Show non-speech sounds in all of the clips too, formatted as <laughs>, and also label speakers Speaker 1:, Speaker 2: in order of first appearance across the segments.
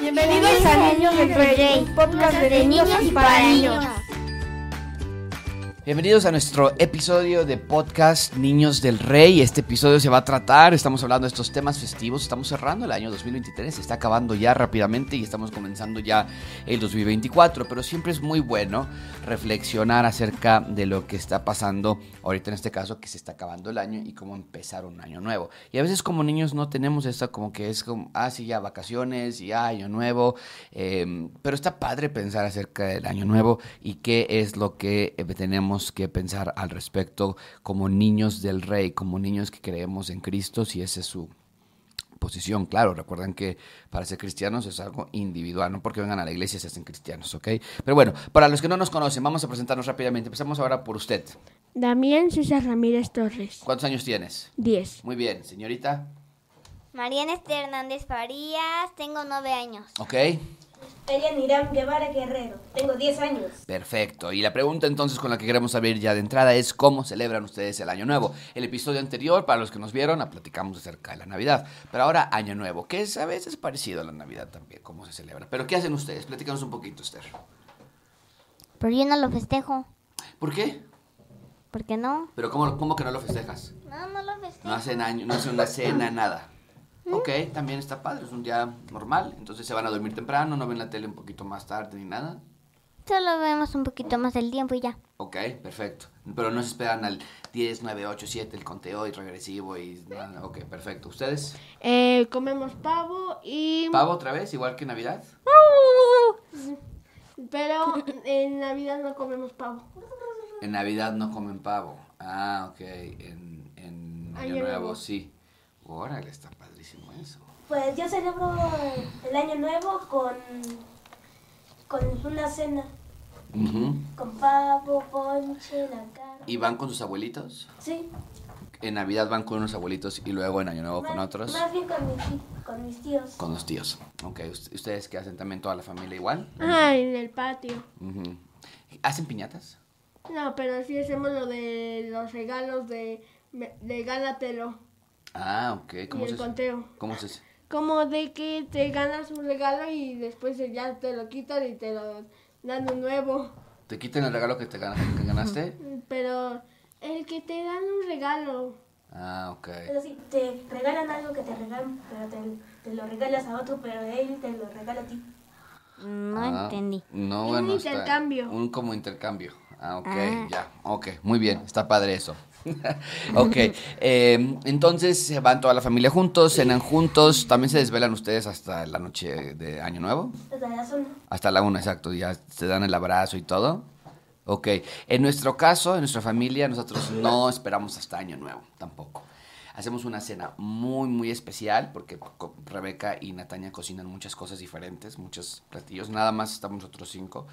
Speaker 1: Bienvenidos a Niños del Rey, un podcast de niños y para niños.
Speaker 2: Bienvenidos a nuestro episodio de podcast Niños del Rey. Este episodio se va a tratar, estamos hablando de estos temas festivos, estamos cerrando el año 2023, se está acabando ya rápidamente y estamos comenzando ya el 2024, pero siempre es muy bueno reflexionar acerca de lo que está pasando ahorita en este caso que se está acabando el año y cómo empezar un año nuevo. Y a veces como niños no tenemos esta como que es como, ah, sí, ya vacaciones, ya año nuevo, eh, pero está padre pensar acerca del año nuevo y qué es lo que eh, tenemos que pensar al respecto como niños del rey, como niños que creemos en Cristo, si esa es su posición, claro, recuerden que para ser cristianos es algo individual, no porque vengan a la iglesia se hacen cristianos, ¿ok? Pero bueno, para los que no nos conocen, vamos a presentarnos rápidamente, empezamos ahora por usted.
Speaker 3: Damián César Ramírez Torres,
Speaker 2: ¿Cuántos años tienes?
Speaker 3: 10.
Speaker 2: Muy bien, señorita,
Speaker 4: Mariana Esther Hernández Farías, tengo nueve años.
Speaker 2: ¿ok?
Speaker 5: Elian Irán Guevara Guerrero. Tengo 10 años.
Speaker 2: Perfecto. Y la pregunta entonces con la que queremos abrir ya de entrada es cómo celebran ustedes el Año Nuevo. El episodio anterior, para los que nos vieron, ah, platicamos acerca de la Navidad. Pero ahora Año Nuevo, que es a veces parecido a la Navidad también, cómo se celebra. Pero ¿qué hacen ustedes? Platícanos un poquito, Esther.
Speaker 4: Pero yo no lo festejo.
Speaker 2: ¿Por qué?
Speaker 4: ¿Por qué no?
Speaker 2: ¿Pero cómo, cómo que no lo festejas?
Speaker 4: No, no lo festejo.
Speaker 2: No hacen año, no hacen una cena, nada. Ok, también está padre, es un día normal. Entonces se van a dormir temprano, no ven la tele un poquito más tarde ni nada.
Speaker 4: Solo vemos un poquito más del tiempo y ya.
Speaker 2: Ok, perfecto. Pero no se esperan al 10, 9, 8, 7, el conteo y regresivo y... nada. Ok, perfecto. ¿Ustedes?
Speaker 3: Eh, comemos pavo y...
Speaker 2: ¿Pavo otra vez? ¿Igual que Navidad?
Speaker 3: Pero en Navidad no comemos pavo.
Speaker 2: En Navidad no comen pavo. Ah, ok. En, en Año
Speaker 3: Año
Speaker 2: Nuevo
Speaker 3: Nuevo.
Speaker 2: sí. Órale, está padrísimo eso.
Speaker 5: Pues yo celebro el año nuevo con, con una cena.
Speaker 2: Ujú.
Speaker 5: Con pavo, ponche, la cara.
Speaker 2: ¿Y van con sus abuelitos?
Speaker 5: Sí.
Speaker 2: En Navidad van con unos abuelitos y luego en Año Nuevo con
Speaker 5: más-
Speaker 2: otros.
Speaker 5: Más bien con, mi ti- con mis tíos.
Speaker 2: Con los tíos. Ok, ¿ust- ¿ustedes qué hacen también toda la familia igual?
Speaker 3: Ah, en el patio.
Speaker 2: Ujú. ¿Hacen piñatas?
Speaker 3: No, pero sí hacemos lo de los regalos de, de Gánatelo
Speaker 2: Ah, ok.
Speaker 3: y
Speaker 2: ¿Cómo
Speaker 3: el
Speaker 2: se
Speaker 3: conteo.
Speaker 2: ¿Cómo se
Speaker 3: Como de que te ganas un regalo y después ya te lo quitan y te lo dan un nuevo.
Speaker 2: ¿Te quitan el regalo que te gana- que ganaste?
Speaker 3: Pero el que te dan un regalo.
Speaker 2: Ah, ok.
Speaker 5: Pero sí, te regalan algo que te regalan, pero te, te lo regalas a otro, pero él te lo regala a ti.
Speaker 4: No
Speaker 2: Ah,
Speaker 4: entendí.
Speaker 2: No,
Speaker 3: Un
Speaker 2: bueno, está-
Speaker 3: intercambio.
Speaker 2: Un como intercambio. Ah, ok,
Speaker 4: Ah.
Speaker 2: ya. Ok, muy bien, está padre eso. <laughs> ok, eh, entonces se van toda la familia juntos, cenan juntos, también se desvelan ustedes hasta la noche de Año Nuevo,
Speaker 5: Hasta la zona.
Speaker 2: hasta la una, exacto, ya se dan el abrazo y todo. Ok, en nuestro caso, en nuestra familia, nosotros no esperamos hasta Año Nuevo, tampoco. Hacemos una cena muy, muy especial porque co- Rebeca y Nataña cocinan muchas cosas diferentes, muchos platillos. Nada más estamos nosotros cinco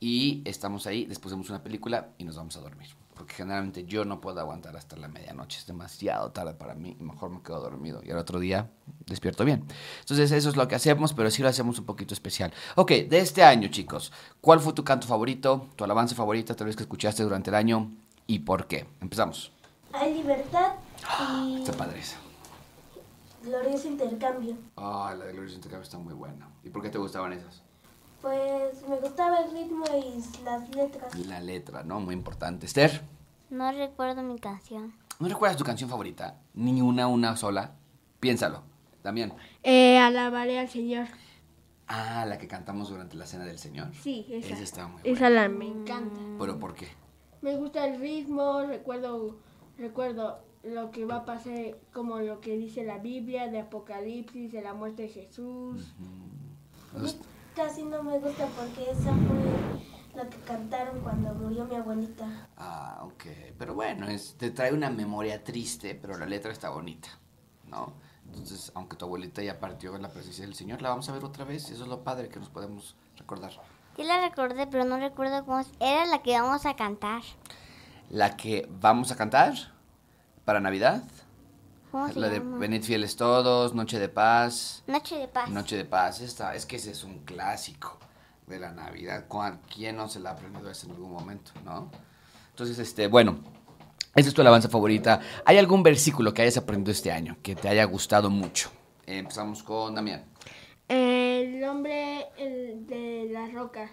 Speaker 2: y estamos ahí, después vemos una película y nos vamos a dormir. Porque generalmente yo no puedo aguantar hasta la medianoche, es demasiado tarde para mí y mejor me quedo dormido y al otro día despierto bien. Entonces eso es lo que hacemos, pero sí lo hacemos un poquito especial. Ok, de este año chicos, ¿cuál fue tu canto favorito, tu alabanza favorita, tal vez que escuchaste durante el año y por qué? Empezamos.
Speaker 5: Hay libertad y
Speaker 2: Está padre eso.
Speaker 5: glorioso intercambio.
Speaker 2: Ah, la de Gloria Intercambio está muy buena. ¿Y por qué te gustaban esas?
Speaker 5: Pues me gustaba el ritmo y las letras.
Speaker 2: La letra, ¿no? Muy importante. Esther,
Speaker 4: No recuerdo mi canción.
Speaker 2: ¿no recuerdas tu canción favorita? Ni una, una sola. Piénsalo. También.
Speaker 3: Eh, alabaré al Señor.
Speaker 2: Ah, la que cantamos durante la cena del Señor.
Speaker 3: Sí, esa.
Speaker 2: Esa está muy
Speaker 3: Esa la me encanta.
Speaker 2: ¿Pero por qué?
Speaker 3: Me gusta el ritmo, recuerdo, recuerdo lo que va a pasar, como lo que dice la Biblia, de Apocalipsis, de la muerte de Jesús.
Speaker 5: A mí casi no me gusta porque esa fue la que cantaron cuando murió mi abuelita.
Speaker 2: Ah, ok. Pero bueno, es, te trae una memoria triste, pero la letra está bonita, ¿no? Entonces, aunque tu abuelita ya partió en la presencia del Señor, la vamos a ver otra vez. Eso es lo padre que nos podemos recordar.
Speaker 4: Sí la recordé, pero no recuerdo cómo es- era la que íbamos a cantar.
Speaker 2: La que vamos a cantar para Navidad.
Speaker 4: ¿Cómo se
Speaker 2: La de
Speaker 4: llama?
Speaker 2: Venid fieles todos, Noche de Paz.
Speaker 4: Noche de paz.
Speaker 2: Noche de Paz, esta, es que ese es un clásico de la Navidad. ¿Cuál- ¿Quién no se la ha aprendido ese en algún momento, no? Entonces, este, bueno, esa es tu alabanza favorita. ¿Hay algún versículo que hayas aprendido este año que te haya gustado mucho? Eh, empezamos con Damián.
Speaker 3: El hombre el de las rocas.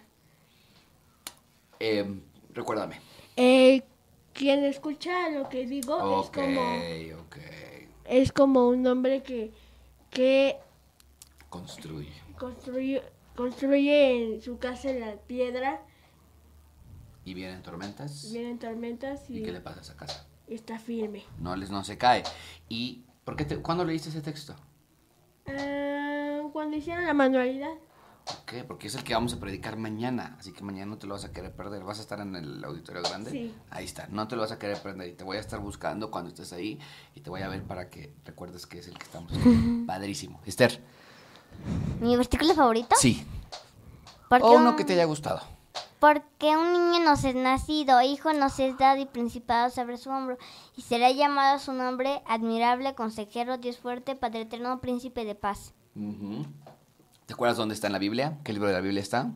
Speaker 2: Eh, recuérdame.
Speaker 3: Eh, quien escucha lo que digo
Speaker 4: Oh,
Speaker 3: es
Speaker 2: Ok,
Speaker 3: como
Speaker 2: ok.
Speaker 3: es como un hombre que que
Speaker 2: Construye.
Speaker 3: construye construye en su casa en la piedra,
Speaker 2: ¿Y vienen tormentas?
Speaker 3: vienen tormentas
Speaker 2: ¿Y
Speaker 3: y,
Speaker 2: qué le pasa a esa casa?
Speaker 3: y está firme.
Speaker 2: No les no se cae. ¿Y por qué te- cuándo leíste ese texto?
Speaker 3: Ah, cuando hicieron la manualidad,
Speaker 2: Ok, porque es el que vamos a predicar mañana, así que mañana no te lo vas a querer perder. ¿Vas a estar en el auditorio grande?
Speaker 3: Sí.
Speaker 2: Ahí está, no te lo vas a querer perder y te voy a estar buscando cuando estés ahí y te voy a ver para que recuerdes que es el que estamos. Padrísimo. Esther,
Speaker 4: ¿Mi versículo favorito?
Speaker 2: sí.
Speaker 4: ¿Por qué
Speaker 2: O uno
Speaker 4: un-
Speaker 2: que te haya gustado.
Speaker 4: Porque un niño nos es nacido, hijo nos es dado y principado sobre su hombro, y será llamado a su nombre, admirable, consejero, Dios fuerte, Padre eterno, príncipe de paz.
Speaker 2: Ujú. ¿Te acuerdas dónde está en la Biblia? ¿Qué libro de la Biblia está?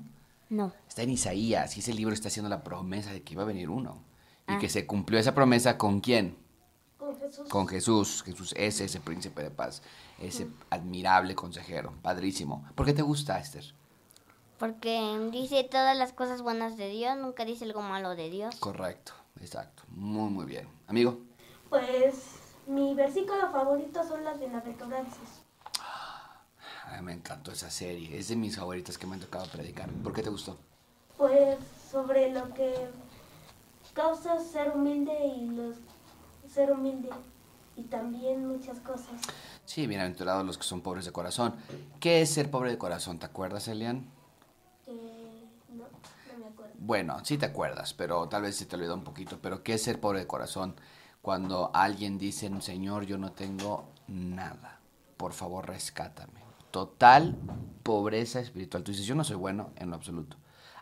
Speaker 4: No.
Speaker 2: Está en Isaías y ese libro está haciendo la promesa de que iba a venir uno. Y
Speaker 4: Ah.
Speaker 2: que se cumplió esa promesa con quién?
Speaker 5: Con Jesús.
Speaker 2: Con Jesús. Jesús es ese príncipe de paz, ese admirable consejero, padrísimo. ¿Por qué te gusta, Esther?
Speaker 4: Porque dice todas las cosas buenas de Dios, nunca dice algo malo de Dios.
Speaker 2: Correcto, exacto. Muy, muy bien. Amigo,
Speaker 5: Pues mi versículo favorito son las bienaventuranzas.
Speaker 2: ay, me encantó esa serie. Es de mis favoritas que me han tocado predicar. ¿Por qué te gustó?
Speaker 5: Pues sobre lo que causa ser humilde y los ser humilde y también muchas cosas.
Speaker 2: Sí, bienaventurados los que son pobres de corazón. ¿Qué es ser pobre de corazón? ¿Te acuerdas, Elian?
Speaker 5: que no, no me acuerdo.
Speaker 2: Bueno, sí te acuerdas, pero tal vez se te olvidó un poquito. Pero ¿qué es ser pobre de corazón? Cuando alguien dice, Señor, yo no tengo nada. Por favor, rescátame. Total pobreza espiritual. Tú dices, yo no soy bueno en lo absoluto.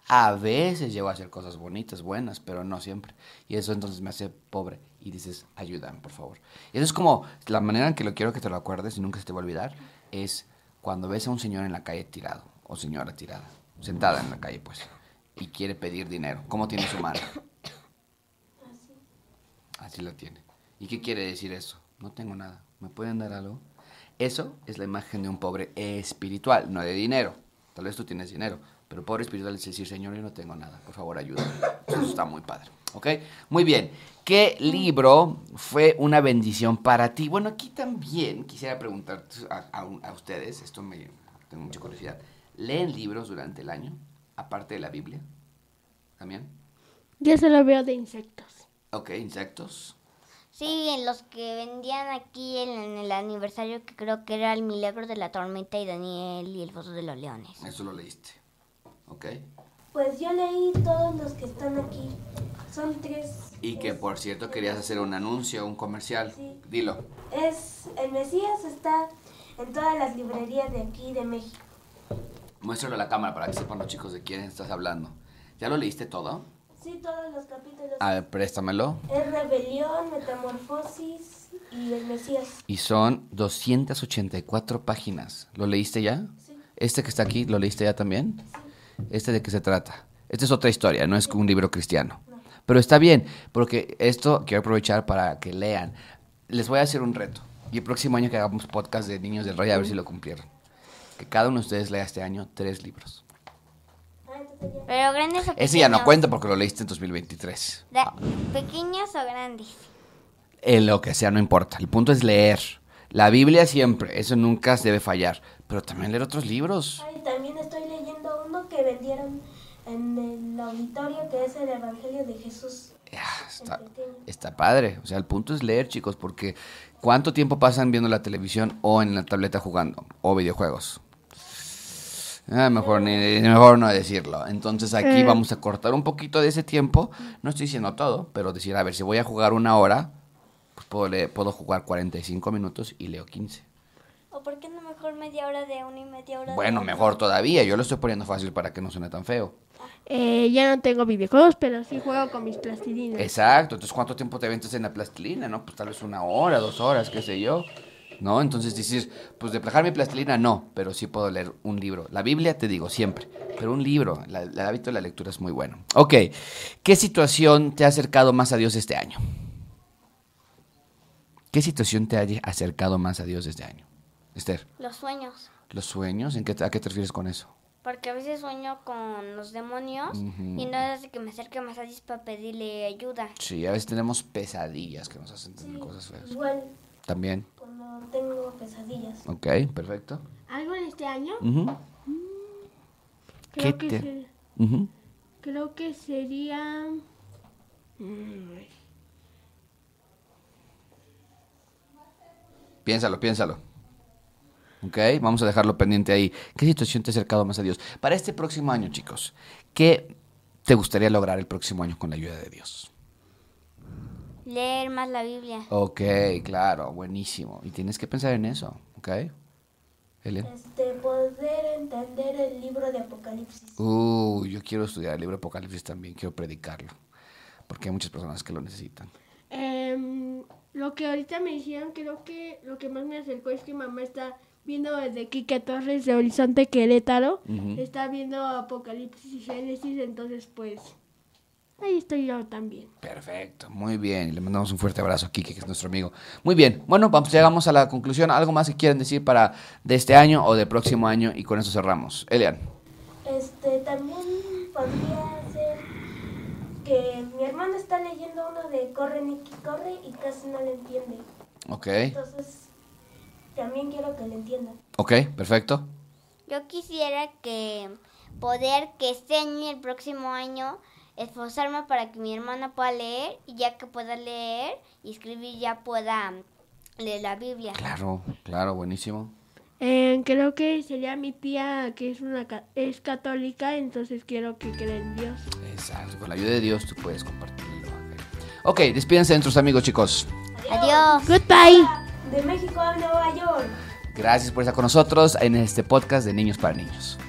Speaker 2: A veces llego a hacer cosas bonitas, buenas, pero no siempre. Y eso entonces me hace pobre. Y dices, ayúdame, por favor. Y eso es como la manera en que lo quiero que te lo acuerdes y nunca se te va a olvidar. Es cuando ves a un señor en la calle tirado, o señora tirada, sentada en la calle, pues, y quiere pedir dinero. ¿Cómo tiene su mano? <coughs>
Speaker 5: Así.
Speaker 2: Así la tiene. ¿Y qué quiere decir eso? No tengo nada. ¿Me pueden dar algo? Eso es la imagen de un pobre espiritual, no de dinero. Tal vez tú tienes dinero, pero pobre espiritual es decir, Señor, yo no tengo nada. Por favor, ayúdame. Eso está muy padre. ¿Ok? Muy bien. ¿Qué libro fue una bendición para ti? Bueno, aquí también quisiera preguntar a, a- a ustedes, esto me tengo mucha curiosidad. ¿Leen libros durante el año? Aparte de la Biblia. ¿También?
Speaker 3: yo se lo veo de insectos.
Speaker 2: Ok, insectos.
Speaker 4: Sí, en los que vendían aquí en, en el aniversario que creo que era el milagro de la tormenta y Daniel y el foso de los leones.
Speaker 2: Eso lo leíste. ¿Ok?
Speaker 5: Pues yo leí todos los que están aquí. Son tres.
Speaker 2: Y que
Speaker 5: Es-
Speaker 2: por cierto querías hacer un anuncio, un comercial.
Speaker 5: Sí.
Speaker 2: Dilo.
Speaker 5: Es el Mesías está en todas las librerías de aquí de México.
Speaker 2: Muéstralo a la cámara para que sepan los chicos de quién estás hablando. ¿Ya lo leíste todo?
Speaker 5: Sí, todos los capítulos.
Speaker 2: A ver, préstamelo.
Speaker 5: Es rebelión, metamorfosis y el Mesías.
Speaker 2: Y son 284 páginas. ¿Lo leíste ya?
Speaker 5: Sí.
Speaker 2: Este que está aquí, ¿lo leíste ya también? ¿Este de qué se trata? Esta es otra historia, no es un libro cristiano. Pero está bien, porque esto quiero aprovechar para que lean. Les voy a hacer un reto. Y el próximo año que hagamos podcast de Niños del Rey, a ver si lo cumplieron. Que cada uno de ustedes lea este año tres libros.
Speaker 5: Ah, entonces ya.
Speaker 4: Pero grandes o pequeños.
Speaker 2: Ese ya no cuenta porque lo leíste en 2023.
Speaker 4: Da- pequeños o grandes.
Speaker 2: En lo que sea, no importa. El punto es leer. La Biblia siempre, eso nunca se debe fallar. Pero también leer otros libros.
Speaker 5: Ah, y también estoy leyendo uno que vendieron en el auditorio que es el Evangelio de Jesús.
Speaker 2: Ah, Está,
Speaker 5: El pequeño.
Speaker 2: está padre. O sea, el punto es leer, chicos, porque ¿cuánto tiempo pasan viendo la televisión o en la tableta jugando? O videojuegos. Ah, mejor, ni- mejor no decirlo. Entonces aquí
Speaker 3: Eh.
Speaker 2: vamos a cortar un poquito de ese tiempo. No estoy diciendo todo, pero decir, a ver, si voy a jugar una hora, pues puedo, leer- puedo jugar 45 minutos y leo 15.
Speaker 4: ¿O por qué no mejor media hora de uno y media hora
Speaker 2: Bueno, mejor todavía. Yo lo estoy poniendo fácil para que no suene tan feo.
Speaker 3: Eh, ya no tengo videojuegos, pero sí juego con mis plastilinas.
Speaker 2: Exacto, entonces ¿cuánto tiempo te aventas en la plastilina? ¿No? Pues tal vez una hora, dos horas, qué sé yo. ¿No? Entonces dices, pues de plajar mi plastilina no, pero sí puedo leer un libro. La Biblia te digo siempre, pero un libro, la- el hábito de la lectura es muy bueno. Ok, ¿qué situación te ha acercado más a Dios este año? ¿Qué situación te ha acercado más a Dios este año? Esther?
Speaker 4: Los sueños.
Speaker 2: ¿Los sueños? ¿En qué, ¿A qué te refieres con eso?
Speaker 4: Porque a veces sueño con los demonios
Speaker 2: Ujú.
Speaker 4: y no es así que me acerque más a Dios para pedirle ayuda.
Speaker 2: Sí, a veces tenemos pesadillas que nos hacen tener cosas feas.
Speaker 5: Igual
Speaker 2: También.
Speaker 5: cuando tengo pesadillas.
Speaker 2: Ok, perfecto.
Speaker 3: ¿Algo de este año?
Speaker 2: Ujú,
Speaker 3: Creo
Speaker 2: ¿Qué
Speaker 3: que,
Speaker 2: te-
Speaker 3: se-
Speaker 2: ujú.
Speaker 3: creo que sería... mm,
Speaker 2: Piénsalo, piénsalo. Ok, vamos a dejarlo pendiente ahí. ¿Qué situación te ha acercado más a Dios? Para este próximo año, chicos, ¿qué te gustaría lograr el próximo año con la ayuda de Dios?
Speaker 4: Leer más la Biblia.
Speaker 2: Ok, claro, buenísimo. Y tienes que pensar en eso, ¿ok? Helen.
Speaker 5: Este, poder entender el libro de Apocalipsis.
Speaker 2: Uh, yo quiero estudiar el libro de Apocalipsis también, quiero predicarlo. Porque hay muchas personas que lo necesitan.
Speaker 3: Em, lo que ahorita me dijeron, creo que lo que más me acercó es que mamá está viendo desde Quique Torres de Horizonte Querétaro,
Speaker 2: Ujú.
Speaker 3: está viendo Apocalipsis y Génesis, entonces pues ahí estoy yo también.
Speaker 2: Perfecto, muy bien. Le mandamos un fuerte abrazo a Kike, que es nuestro amigo. Muy bien, bueno, vamos, llegamos a la conclusión. ¿Algo más que quieran decir para de este año o del próximo año? Y con eso cerramos. Elian.
Speaker 5: Este, también podría ser que mi hermano está leyendo uno de Corre Nicky Corre y casi no le entiende.
Speaker 2: Ok,
Speaker 5: Entonces, también quiero que le entienda.
Speaker 2: ok, perfecto.
Speaker 4: Yo quisiera que poder que este año y el próximo año esforzarme para que mi hermana pueda leer y ya que pueda leer y escribir ya pueda mm, leer la Biblia.
Speaker 2: Claro, claro, buenísimo.
Speaker 3: Em, creo que sería mi tía que es una ca- es católica, entonces quiero que crea en Dios.
Speaker 2: Exacto, con la ayuda de Dios tú puedes compartir el evangelio. Ok, despídense de nuestros amigos, chicos.
Speaker 4: Adiós.
Speaker 3: Goodbye.
Speaker 5: De México a Nueva York.
Speaker 2: Gracias por estar con nosotros en este podcast de Niños para Niños.